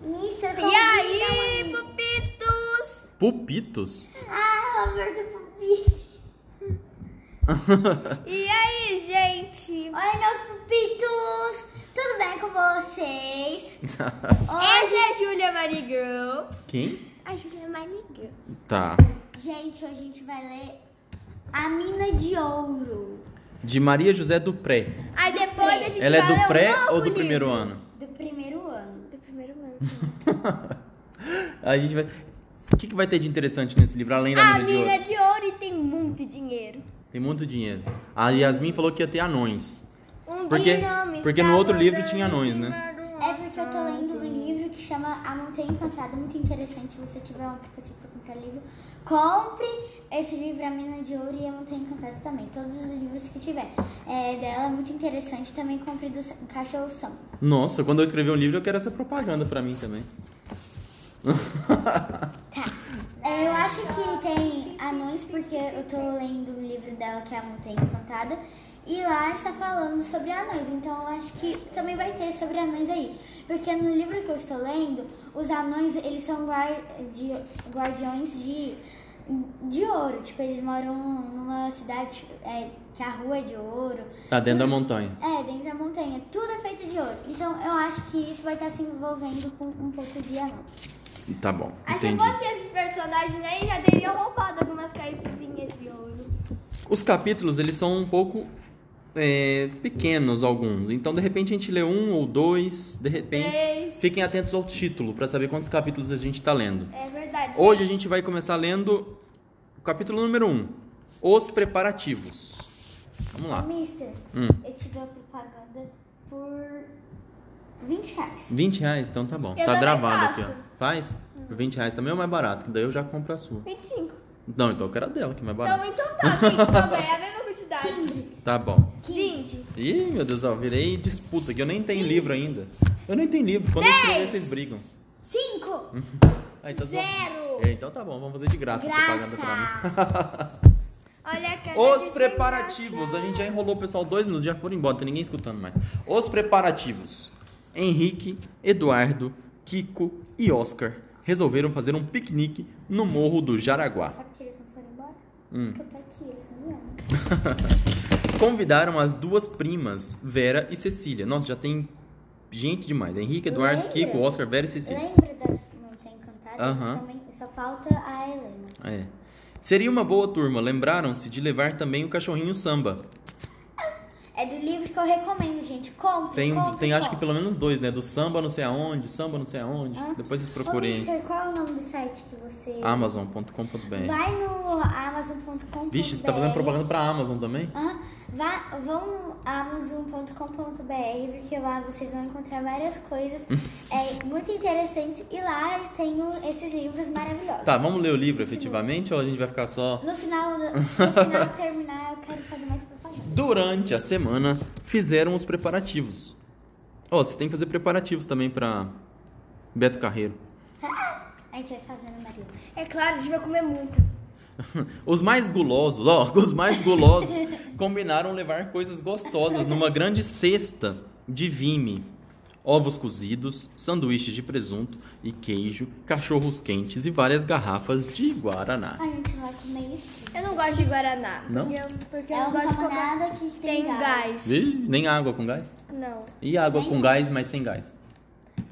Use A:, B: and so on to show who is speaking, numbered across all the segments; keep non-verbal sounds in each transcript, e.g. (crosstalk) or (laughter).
A: Mister
B: E aí, pupitos?
C: Pupitos?
A: Ah, Roberto Pupi.
B: E aí, gente?
A: Oi, meus pupitos. Tudo bem com vocês?
B: Essa é a Júlia Marigrou.
C: Quem?
A: A Julia mais ligou.
C: Tá.
A: Gente, hoje a gente vai ler A Mina de Ouro.
C: De Maria José do Pré.
B: Aí depois a gente
C: Ela é
B: vai ler
C: do
B: um
C: pré
B: novo
C: ou do
B: livro.
C: primeiro ano?
A: Do primeiro ano. Do primeiro ano.
C: A gente vai. O que, que vai ter de interessante nesse livro, além da
B: A
C: mina de
B: mina
C: ouro?
B: de ouro e tem muito dinheiro.
C: Tem muito dinheiro. A Yasmin falou que ia ter anões.
B: Um
C: Porque-
B: gnomo
C: porque
B: estava
C: no outro livro
B: andando
C: tinha anões, né?
B: em
A: É porque eu tô lendo um livro que chama A Montanha Encantada, muito interessante. Se você tiver uma aplicativo pra comprar livro, compre esse livro, A Mina de Ouro e A Montanha Encantada também. Todos os livros que tiver é, dela, é muito interessante. Também compre do Sa- Cachorro São.
C: Nossa, quando eu escrever um livro, eu quero essa propaganda pra mim também.
A: É, Eu acho que tem anões, porque eu tô lendo um livro dela que é A Montanha Encantada. E lá está falando sobre anões, então eu acho que também vai ter sobre anões aí. Porque no livro que eu estou lendo, os anões, eles são guar- de- guardiões de, de ouro. Tipo, eles moram numa cidade é, que a rua é de ouro.
C: Tá dentro da montanha.
A: É, dentro da montanha. Tudo é feito de ouro. Então eu acho que isso vai estar se envolvendo com um pouco de anão.
C: Tá bom,
B: Aí se
C: entendi.
B: fosse esses personagens aí, já teriam roubado algumas caipirinhas de ouro.
C: Os capítulos, eles são um pouco é, pequenos, alguns. Então, de repente, a gente lê um ou dois. De repente,
B: Três.
C: fiquem atentos ao título pra saber quantos capítulos a gente tá lendo.
B: É verdade.
C: Hoje a gente vai começar lendo o capítulo número 1, Os Preparativos. Vamos lá.
A: Mister,
C: Hum.
A: eu te dou a propaganda por 20 reais.
C: 20 reais, então tá bom.
B: Eu
C: tá
B: também
C: gravado aqui,
B: faço. Hum.
C: ó. Faz? Por 20 reais também é o mais barato, que daí eu já compro a sua.
B: 25.
C: Não, então eu quero a dela, que é mais barato.
B: Então, então tá, 20 também. É a mesma quantidade.
C: Tá bom.
B: 20.
C: Ih, meu Deus, ó, virei disputa aqui. Eu nem tenho livro ainda. Eu nem tenho livro. Quando eu escrever, vocês brigam.
A: 5!
C: Ah, então tá bom.
B: Zero.
C: É, então tá bom, vamos fazer de graça, a propaganda pra mim.
A: Graça!
B: Olha a cara de
C: Os
B: sem
C: preparativos. A gente já enrolou o pessoal dois minutos, já foram embora, tem ninguém escutando mais. Os preparativos. Henrique, Eduardo, Kiko e Oscar resolveram fazer um piquenique no Morro do Jaraguá.
A: Sabe que eles não foram embora?
C: Hum.
A: Porque eu tô aqui, eles não me amam.
C: Convidaram as duas primas, Vera e Cecília. Nossa, já tem gente demais. Henrique, Eduardo,
A: Lembra?
C: Kiko, Oscar, Vera e Cecília.
A: Lembra da Montanha Encantada?
C: Aham.
A: Também- Só falta a Helena.
C: É. Seria uma boa turma. Lembraram-se de levar também o cachorrinho samba.
A: É do livro que eu recomendo, gente. Compre,
C: Tem, um,
A: compre,
C: tem acho que
A: compre.
C: pelo menos dois, né? Do samba não sei aonde, samba não sei aonde.
A: é? Ah.
C: Depois vocês
A: Ô,
C: procurem aí.
A: Mister, qual é o nome do site que você...
C: Amazon.com.br.
A: Vai no amazon.com.br
C: Vixe, você tá fazendo propaganda pra Amazon também?
A: Ah, vá, vão no amazon.com.br porque lá vocês vão encontrar várias coisas
C: Hum.
A: é, muito interessantes e lá tem o- esses livros maravilhosos.
C: Tá, vamos ler o livro efetivamente ou a gente vai ficar só.
A: No final,
C: (laughs)
A: no final terminar, eu quero fazer mais propaganda.
C: Durante a semana fizeram os preparativos. Ó, vocês têm que fazer preparativos também pra Beto Carreiro. (laughs)
A: A gente vai fazendo Maria.
B: É claro, a gente vai comer muito.
C: Os mais gulosos, ó, (laughs) os mais gulosos combinaram levar coisas gostosas numa grande cesta de vime. Ovos cozidos, sanduíches de presunto e queijo, cachorros quentes e várias garrafas de guaraná.
A: A gente vai comer isso.
B: Eu não gosto de Guaraná.
C: Não?
B: Porque eu, porque eu
A: é
B: não
A: uma
B: gosto de comer.
A: cabanada que tem,
B: Tem gás.
C: Ih, nem água com gás?
B: Não.
C: E água
A: Nem
C: com gás, mas sem gás. (laughs)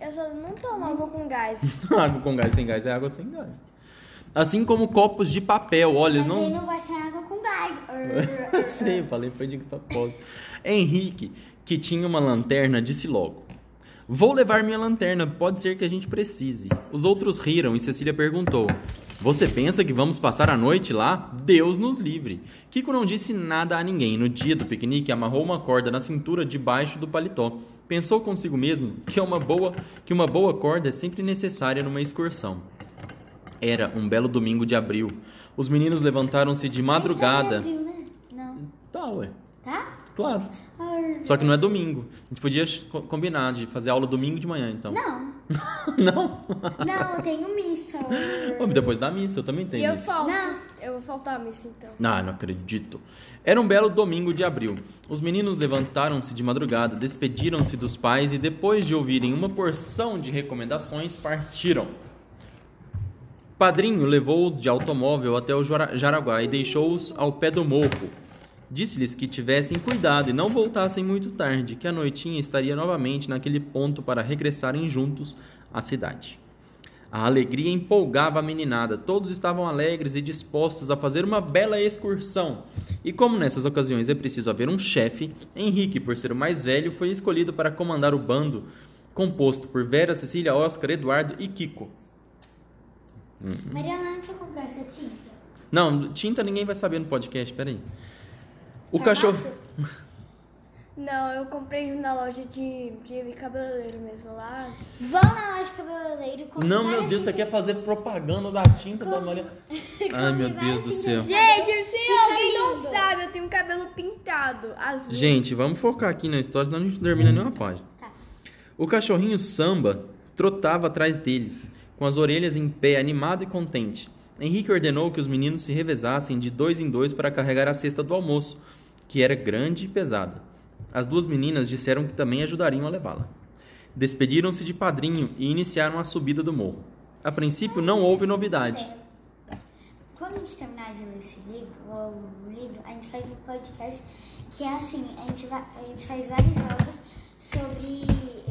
B: Eu só não tomo água com gás.
C: água com gás sem gás é água sem gás. Assim como copos de papel, olha,
A: Mas aí
C: não.
A: não vai ser água com gás.
C: (laughs)
A: Arr, é arr,
C: Sei, eu falei, foi de propósito. Henrique, que tinha uma lanterna, disse logo: Vou levar minha lanterna, pode ser que a gente precise. Os outros riram e Cecília perguntou: Você pensa que vamos passar a noite lá? Deus nos livre. Kiko não disse nada a ninguém. No dia do piquenique, amarrou uma corda na cintura debaixo do paletó. Pensou consigo mesmo que é uma boa, que uma boa corda é sempre necessária numa excursão. Era um belo domingo de abril. Os meninos levantaram-se de madrugada.
A: Isso é abril, né? Não.
C: Tá, ué.
A: Tá?
C: Claro.
A: Arr.
C: Só que não é domingo. A gente podia co- combinar de fazer aula domingo de manhã, então.
A: Não.
C: (laughs) Não?
A: Não, tem um míssil.
C: Ô, mas Depois da missa, eu também tenho.
B: E eu
C: isso.
B: falto.
A: Não.
B: Eu Eu vou faltar a missa então.
C: Ah, não acredito. Era um belo domingo de abril. Os meninos levantaram-se de madrugada, despediram-se dos pais e, depois de ouvirem uma porção de recomendações, partiram. Padrinho levou-os de automóvel até o Jara- Jaraguá e deixou-os ao pé do morro. Disse-lhes que tivessem cuidado e não voltassem muito tarde, que a noitinha estaria novamente naquele ponto para regressarem juntos à cidade. A alegria empolgava a meninada, todos estavam alegres e dispostos a fazer uma bela excursão. E como nessas ocasiões é preciso haver um chefe, Henrique, por ser o mais velho, foi escolhido para comandar o bando, composto por Vera, Cecília, Oscar, Eduardo e Kiko.
A: Mariana, onde você comprou essa tinta?
C: Não, tinta ninguém vai saber no podcast, peraí. O
A: Farmácia?
C: cachorro.
B: Não, eu comprei um na loja de, de cabeleireiro mesmo lá.
A: Vão na loja de cabeleireiro e comprem
C: Não, meu
A: várias
C: Deus, é você
A: tintas.
C: quer fazer propaganda da tinta da Maria. Ai, meu Deus do céu.
B: Gente, se alguém não
A: lindo.
B: sabe, eu tenho um cabelo pintado, azul.
C: Gente, vamos focar aqui na história, senão a gente não termina nenhuma página.
A: Tá.
C: O cachorrinho samba trotava atrás deles, com as orelhas em pé, animado e contente. Henrique ordenou que os meninos se revezassem de dois em dois para carregar a cesta do almoço, que era grande e pesada. As duas meninas disseram que também ajudariam a levá-la. Despediram-se de padrinho e iniciaram a subida do morro. A princípio,
A: Ah,
C: não houve novidade.
A: Quando a gente terminar de ler esse livro, ou o livro, a gente faz um podcast que é assim, a gente, va- a gente faz vários jogos sobre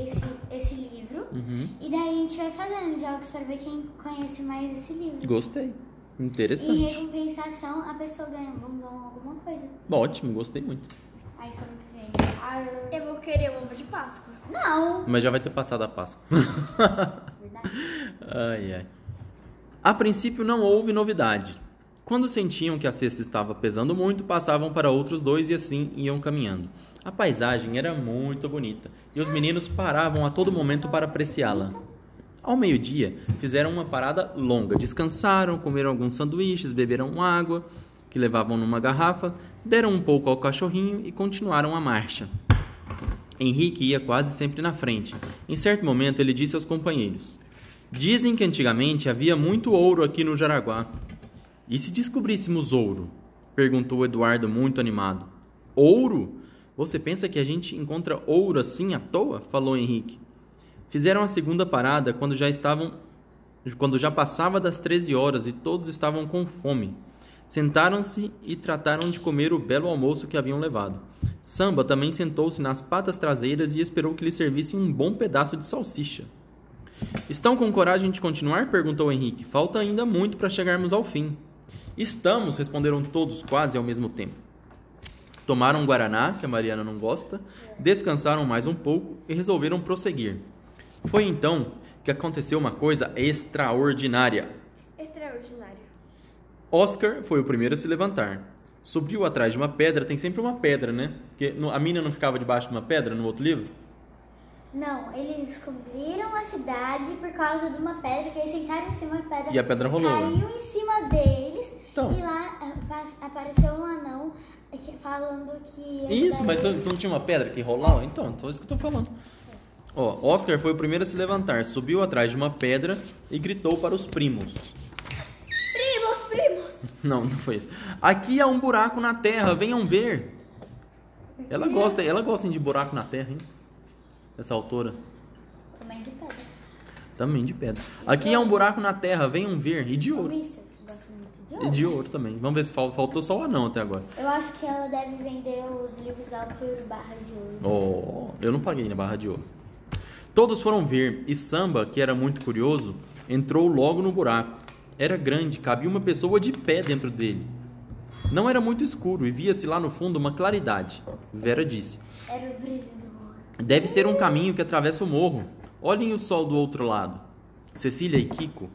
A: esse, esse livro.
C: Uhum.
A: E daí a gente vai fazendo jogos para ver quem conhece mais esse livro.
C: Gostei.
A: E em
C: Interessante.
A: recompensação, a pessoa ganha um bombom, alguma coisa.
C: Bom, ótimo, gostei muito.
A: Aí são muitos gente. Ar-
B: Eu vou querer ovo de Páscoa.
A: Não!
C: Mas já vai ter passado a Páscoa.
A: Verdade.
C: Ai, ai. A princípio não houve novidade. Quando sentiam que a cesta estava pesando muito, passavam para outros dois e assim iam caminhando. A paisagem era muito bonita e os meninos paravam a todo momento para apreciá-la. Ao meio-dia, fizeram uma parada longa. Descansaram, comeram alguns sanduíches, beberam água que levavam numa garrafa, deram um pouco ao cachorrinho e continuaram a marcha. Henrique ia quase sempre na frente. Em certo momento, ele disse aos companheiros: Dizem que antigamente havia muito ouro aqui no Jaraguá. E se descobríssemos ouro? perguntou Eduardo, muito animado. Ouro? Você pensa que a gente encontra ouro assim à toa? falou Henrique. Fizeram a segunda parada quando já estavam quando já passava das 13 horas e todos estavam com fome. Sentaram-se e trataram de comer o belo almoço que haviam levado. Samba também sentou-se nas patas traseiras e esperou que lhe servissem um bom pedaço de salsicha. Estão com coragem de continuar? perguntou Henrique. Falta ainda muito para chegarmos ao fim. Estamos, responderam todos quase ao mesmo tempo. Tomaram um guaraná, que a Mariana não gosta, descansaram mais um pouco e resolveram prosseguir. Foi então que aconteceu uma coisa extraordinária.
B: Extraordinário.
C: Oscar foi o primeiro a se levantar. Subiu atrás de uma pedra, tem sempre uma pedra, né? Porque no- a mina não ficava debaixo de uma pedra no outro livro?
A: Não, eles descobriram a cidade por causa de uma pedra, que eles sentaram em cima da pedra.
C: E a pedra rolou, né?
A: Caiu em cima deles
C: Então.
A: e lá eh, pa- apareceu um anão que- falando que. é ia
C: Isso,
A: ajudar
C: mas não
A: eles.
C: não tinha uma pedra que rolava? Então, então é isso que eu tô falando. Ó, Oscar foi o primeiro a se levantar, subiu atrás de uma pedra e gritou para os primos.
B: Primos, primos!
C: (laughs) Não, não foi isso. Aqui há um buraco na terra, venham ver. Ela gosta, ela gosta de buraco na terra, hein? Essa autora.
A: Também de pedra.
C: Também de pedra. Aqui há um buraco na terra, venham ver. E de
A: O
C: ouro.
A: Mister, que gosta muito de
C: E
A: ouro.
C: de ouro também. Vamos ver se fal- faltou só o anão até agora.
A: Eu acho que ela deve vender os livros dela por barras de ouro.
C: Oh, eu não paguei na barra de ouro. Todos foram ver e Samba, que era muito curioso, entrou logo no buraco. Era grande, cabia uma pessoa de pé dentro dele. Não era muito escuro e via-se lá no fundo uma claridade. Vera disse:
A: Era o brilho do ouro.
C: Deve ser um caminho que atravessa o morro. Olhem o sol do outro lado. Cecília e Kiko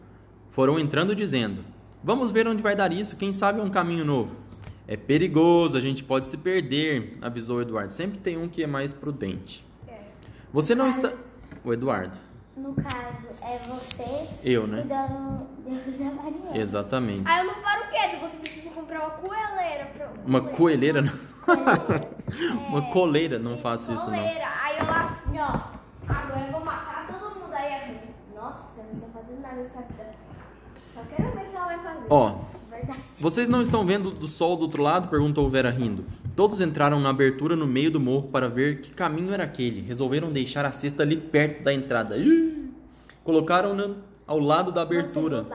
C: foram entrando dizendo: Vamos ver onde vai dar isso, quem sabe é um caminho novo. É perigoso, a gente pode se perder, avisou Eduardo. Sempre tem um que é mais prudente.
B: É.
C: Você não está. O Eduardo.
A: No caso, é você
C: Eu, né?
A: cuidando Deus da Mariana.
C: Exatamente.
B: Aí Ah, eu não paro quieto, você precisa comprar uma coeleira. Pra...
C: Uma coeleira, não. (laughs)
B: É,
C: Uma coleira, não faço isso, né? não.
B: Coleira. Aí eu lá assim, ó. Agora eu vou matar todo mundo. Aí eu, nossa, eu não tô fazendo nada nessa vida. Só quero ver o que ela vai fazer.
C: Ó,
A: Verdade.
C: Vocês não estão vendo do sol do outro lado? perguntou Vera rindo. Todos entraram na abertura no meio do morro para ver que caminho era aquele. Resolveram deixar a cesta ali perto da entrada. Ih! Colocaram-na ao lado da abertura,
A: Vão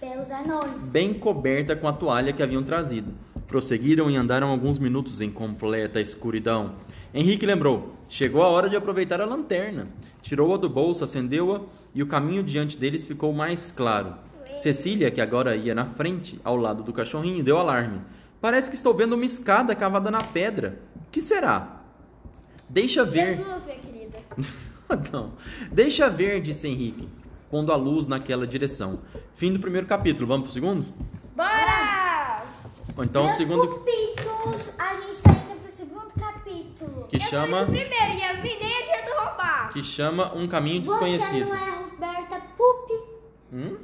A: ser roubados Pelos anões.
C: bem coberta com a toalha que haviam trazido. Prosseguiram e andaram alguns minutos em completa escuridão. Henrique lembrou: chegou a hora de aproveitar a lanterna. Tirou-a do bolso, acendeu-a e o caminho diante deles ficou mais claro. Cecília, que agora ia na frente, ao lado do cachorrinho, deu alarme. Parece que estou vendo uma escada cavada na pedra. Que será? Deixa ver. (laughs)
B: Jesus, minha querida.
C: Não. Deixa ver, disse Henrique, pondo a luz naquela direção. Fim do primeiro capítulo. Vamos pro segundo?
B: Bora!
C: Ou então o
A: Meus
C: segundo
A: pupitos, a gente tá indo pro segundo capítulo.
C: que chama
B: Eu fui o primeiro e a é nem adianta roubar.
C: que chama um caminho
A: Você
C: desconhecido.
A: não é Roberta Pupi.
C: Hum?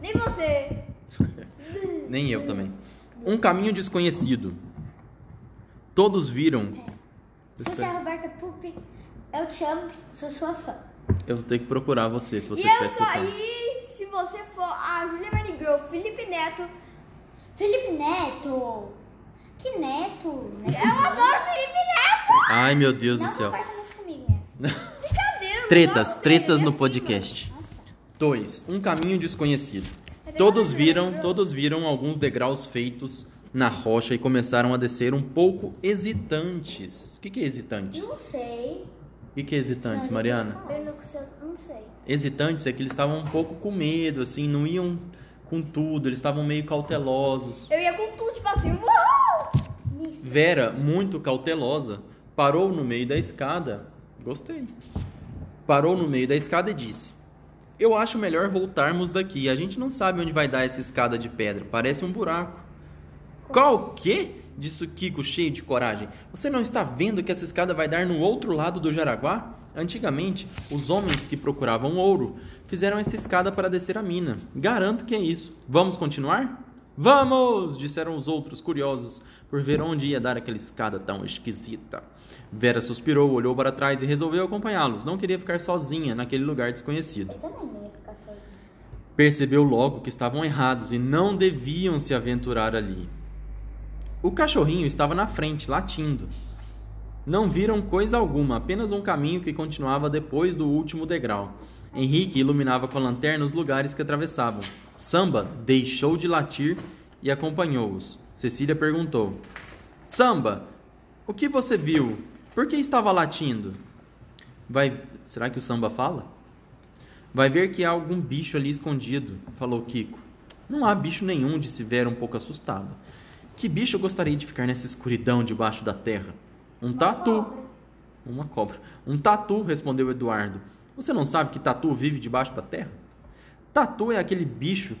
B: Nem você.
C: Nem eu também. Um caminho desconhecido. Todos viram.
A: Se você é Roberta Pupi, eu te amo, sou sua fã.
C: Eu vou ter que procurar você se você
B: e
C: estiver
B: eu só.
C: escutando.
B: E se você for a Julia Manigrou, Felipe Neto.
A: Felipe Neto. Que Neto? é
B: Eu adoro Felipe Neto!
C: Ai, meu Deus do
A: Não
C: céu.
A: conversa mais comigo, né? minha filha.
B: Brincadeira, eu não
C: Tretas,
B: gosto dele,
C: tretas
B: né?
C: no podcast. 2. Um caminho desconhecido.
B: um
C: Todos viram, todos viram alguns degraus feitos na rocha e começaram a descer um pouco hesitantes. O que, que é hesitantes?
A: Não
C: O
A: sei.
C: que, que é hesitantes, Mariana?
A: Eu
B: não consigo, não sei.
C: Hesitantes é que eles estavam um pouco com medo, assim, não iam com tudo, eles estavam meio cautelosos.
B: Eu ia com tudo, tipo assim, uau!
A: Miss.
C: Vera, muito cautelosa, parou no meio da escada. Gostei. Parou no meio da escada e disse: Eu acho melhor voltarmos daqui. A gente não sabe onde vai dar essa escada de pedra. Parece um buraco. Qual o quê? Disse o Kiko, cheio de coragem. Você não está vendo que essa escada vai dar no outro lado do Jaraguá? Antigamente, os homens que procuravam ouro fizeram essa escada para descer a mina. Garanto que é isso. Vamos continuar? Vamos! Disseram os outros, curiosos, por ver onde ia dar aquela escada tão esquisita. Vera suspirou, olhou para trás e resolveu acompanhá-los. Não queria ficar sozinha naquele lugar desconhecido.
A: Eu também não ia ficar sozinha.
C: Percebeu logo que estavam errados e não deviam se aventurar ali. O cachorrinho estava na frente, latindo. Não viram coisa alguma, apenas um caminho que continuava depois do último degrau. Henrique iluminava com a lanterna os lugares que atravessavam. Samba deixou de latir e acompanhou-os. Cecília perguntou: Samba, o que você viu? Por que estava latindo? Vai. Será que o samba fala? Vai ver que há algum bicho ali escondido, falou Kiko. Não há bicho nenhum, disse Vera um pouco assustada. Que bicho eu gostaria de ficar nessa escuridão debaixo da terra? Um tatu. Uma cobra. Um tatu, respondeu Eduardo. Você não sabe que tatu vive debaixo da terra? Tatu é aquele bicho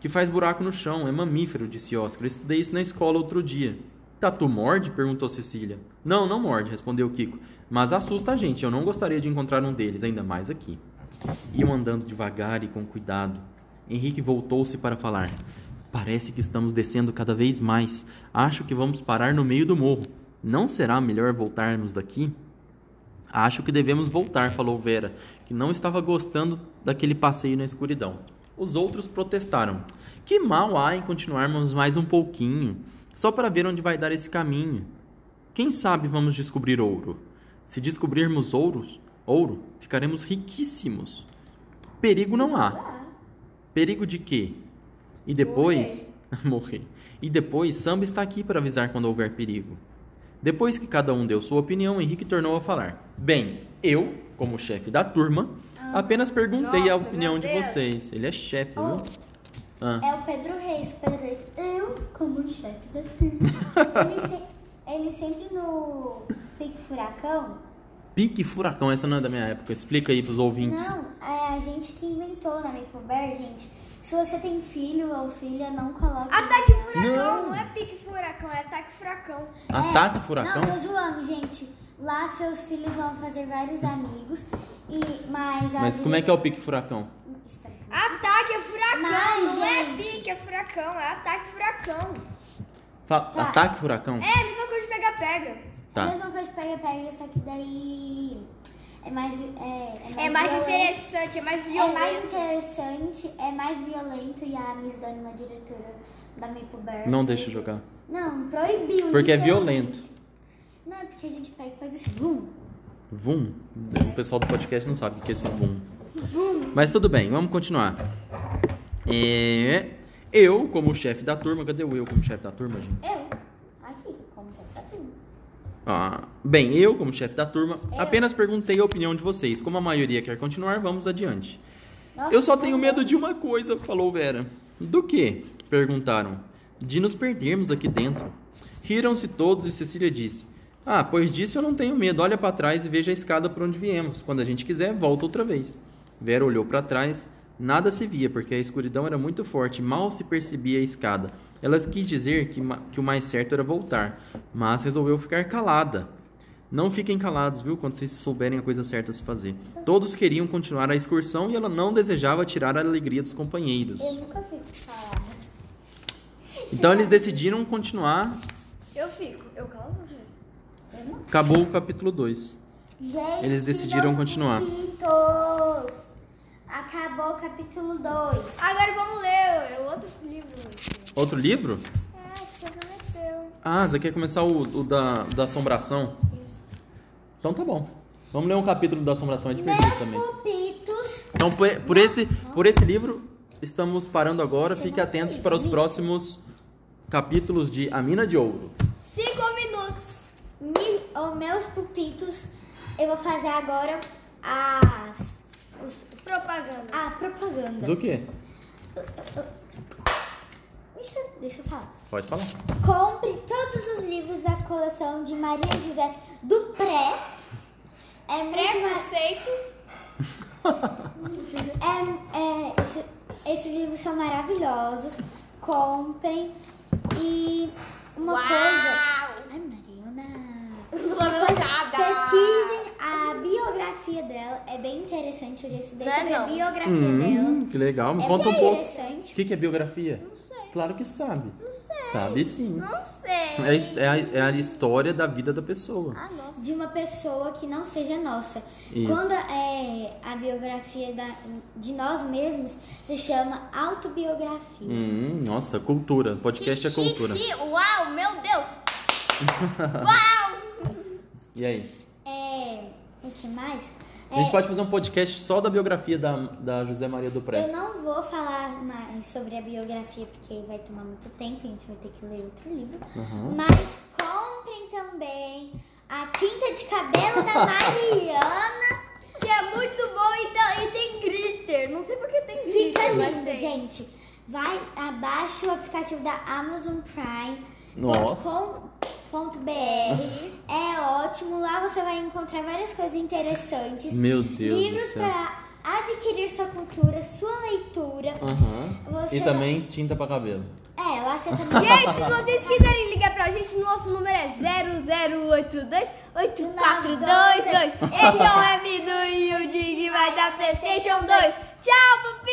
C: que faz buraco no chão, é mamífero, disse Oscar. Eu estudei isso na escola outro dia. Tatu morde? perguntou Cecília. Não, não morde, respondeu Kiko. Mas assusta a gente, eu não gostaria de encontrar um deles, ainda mais aqui. Iam andando devagar e com cuidado. Henrique voltou-se para falar. Parece que estamos descendo cada vez mais. Acho que vamos parar no meio do morro. Não será melhor voltarmos daqui? Acho que devemos voltar, falou Vera, que não estava gostando daquele passeio na escuridão. Os outros protestaram. Que mal há em continuarmos mais um pouquinho, só para ver onde vai dar esse caminho. Quem sabe vamos descobrir ouro. Se descobrirmos ouros, ouro, ficaremos riquíssimos. Perigo não há. Perigo de quê? E depois. (laughs) Morrer. E depois, Samba está aqui para avisar quando houver perigo. Depois que cada um deu sua opinião, Henrique tornou a falar. Bem, eu, como chefe da turma, apenas perguntei a
B: Nossa,
C: opinião
B: meu
C: de
B: Deus.
C: vocês. Ele é chefe, viu?
A: Oh.
C: Ah.
A: É o Pedro Reis. O Pedro Reis, eu, como chefe da turma.
C: (laughs)
A: ele, se- ele sempre no Pique Furacão.
C: Pique furacão, essa não é da minha época. Explica aí pros ouvintes.
A: Não, é a gente que inventou na Makeover, gente. Se você tem filho ou filha, não coloque.
C: Ah,
B: Ataque furacão,
C: Não.
B: não, é pique furacão, é ataque furacão.
C: Ataque
A: Não,
C: furacão?
A: tô zoando, gente. Lá seus filhos vão fazer vários amigos. E, mas a
C: Mas
A: gente-
C: como é que é o pique furacão?
A: Espera.
B: Ataque é furacão,
A: Mas,
B: não é
A: gente.
B: pique, é furacão, é ataque furacão.
C: Fa- Ataque furacão?
B: É a mesma coisa de pega-pega.
A: É a
C: Tá.
A: mesma coisa de pega-pega, só que daí É mais, é,
B: É mais
A: violento.
B: interessante, é mais
A: É
B: violento.
A: mais interessante, é mais violento e a Miss Dani, uma diretora da Maple Bear.
C: Não deixa jogar.
A: Não, proibiu.
C: Porque é
A: literalmente.
C: violento.
A: Não, é porque a gente pega e faz Hum, esse boom.
C: Vum? O pessoal do podcast não sabe o que é esse vum. Mas tudo bem, vamos continuar. É, eu, como chefe da turma, cadê o eu como chefe da turma, gente?
A: Eu, aqui, como que tá tudo.
C: Ah, bem, eu, como chefe da turma, apenas perguntei a opinião de vocês. Como a maioria quer continuar, vamos adiante.
A: Nossa,
C: Eu só
A: tá
C: tenho
A: bom.
C: medo de uma coisa, falou Vera. Do que? Perguntaram. De nos perdermos aqui dentro. Riram-se todos e Cecília disse: Ah, pois disso eu não tenho medo. Olha para trás e veja a escada por onde viemos. Quando a gente quiser, volta outra vez. Vera olhou para trás. Nada se via, porque a escuridão era muito forte, e mal se percebia a escada. Ela quis dizer que, ma- que o mais certo era voltar, mas resolveu ficar calada. Não fiquem calados, viu? Quando vocês souberem a coisa certa a se fazer. Todos queriam continuar a excursão e ela não desejava tirar a alegria dos companheiros.
A: Eu nunca fico né? calada.
C: Então eles decidiram continuar.
B: Eu fico, eu calo.
A: Eu não.
C: Acabou o capítulo 2.
A: é? Gente,
C: Eles decidiram
A: meus
C: continuar.
A: Capítulos. Acabou o capítulo 2.
B: Agora vamos ler o outro livro.
C: Outro livro?
B: Ah, você prometeu.
C: Ah, você quer começar o, o da, da assombração? Então tá bom. Vamos ler um capítulo da assombração, é divertido
A: Meus
C: também.
A: pupitos.
C: Então por, por esse, por esse livro estamos parando agora.
A: Você
C: Fiquem
A: não
C: atentos
A: fez
C: para os
A: isso?
C: próximos capítulos de A Mina de Ouro.
B: Cinco minutos.
A: Me, oh, meus pupitos, eu vou fazer agora as, os-
B: Propaganda.
A: a Ah, propaganda.
C: Do que?
A: Isso, deixa eu falar.
C: Pode falar.
A: Compre todos os livros da coleção de Maria José do Pré. É muito mais-
B: Preconceito.
A: é, é, esse- esses livros são maravilhosos. Comprem. E uma coisa. Ai, Mariana.
B: Planejada.
A: Pesquisem a biografia dela, é bem interessante. Eu já estudei
B: Não é
A: sobre a
B: não.
A: biografia dela.
C: Hum, que legal. Me
A: É
C: conta um
A: bem
C: pouco. O
A: interessante.
C: que, que é biografia?
B: Não sei.
C: Claro que sabe.
B: Não sei.
C: Sabe sim.
B: Não sei.
C: É a his- É a, é a história da vida da pessoa.
B: Ah, nossa.
A: De uma pessoa que não seja nossa.
C: Isso.
A: Quando é a biografia da- de nós mesmos se chama autobiografia.
C: Hum, nossa, cultura. Podcast é cultura.
B: chique. Uau, meu Deus. Uau.
C: E aí?
A: É. O que mais?
C: A gente
A: É,
C: pode fazer um podcast só da biografia da, da José Maria do
A: eu
C: Pré.
A: não vou falar mais sobre a biografia porque vai tomar muito tempo, a gente vai ter que ler outro livro.
C: Uhum.
A: Mas comprem também a tinta de cabelo da Mariana.
B: Que é muito bom e, tá- e tem glitter. Não sei porque tem glitter.
A: Fica
B: mas
A: lindo,
B: tem.
A: gente. Vai abaixo o aplicativo da Amazon Prime.
C: Nossa.
A: .com.br.
B: Uhum.
A: É ótimo, lá você vai encontrar várias coisas interessantes.
C: Meu Deus
A: Livros
C: do céu.
A: para adquirir sua cultura, sua leitura.
C: Aham.
A: Você
C: E também tinta pra cabelo.
A: É, lá você também.
C: (laughs)
B: Gente, se vocês quiserem ligar pra gente, nosso número é 0082 8422. Esse é o M do Yuding, vai dar PlayStation 2. Tchau, papai!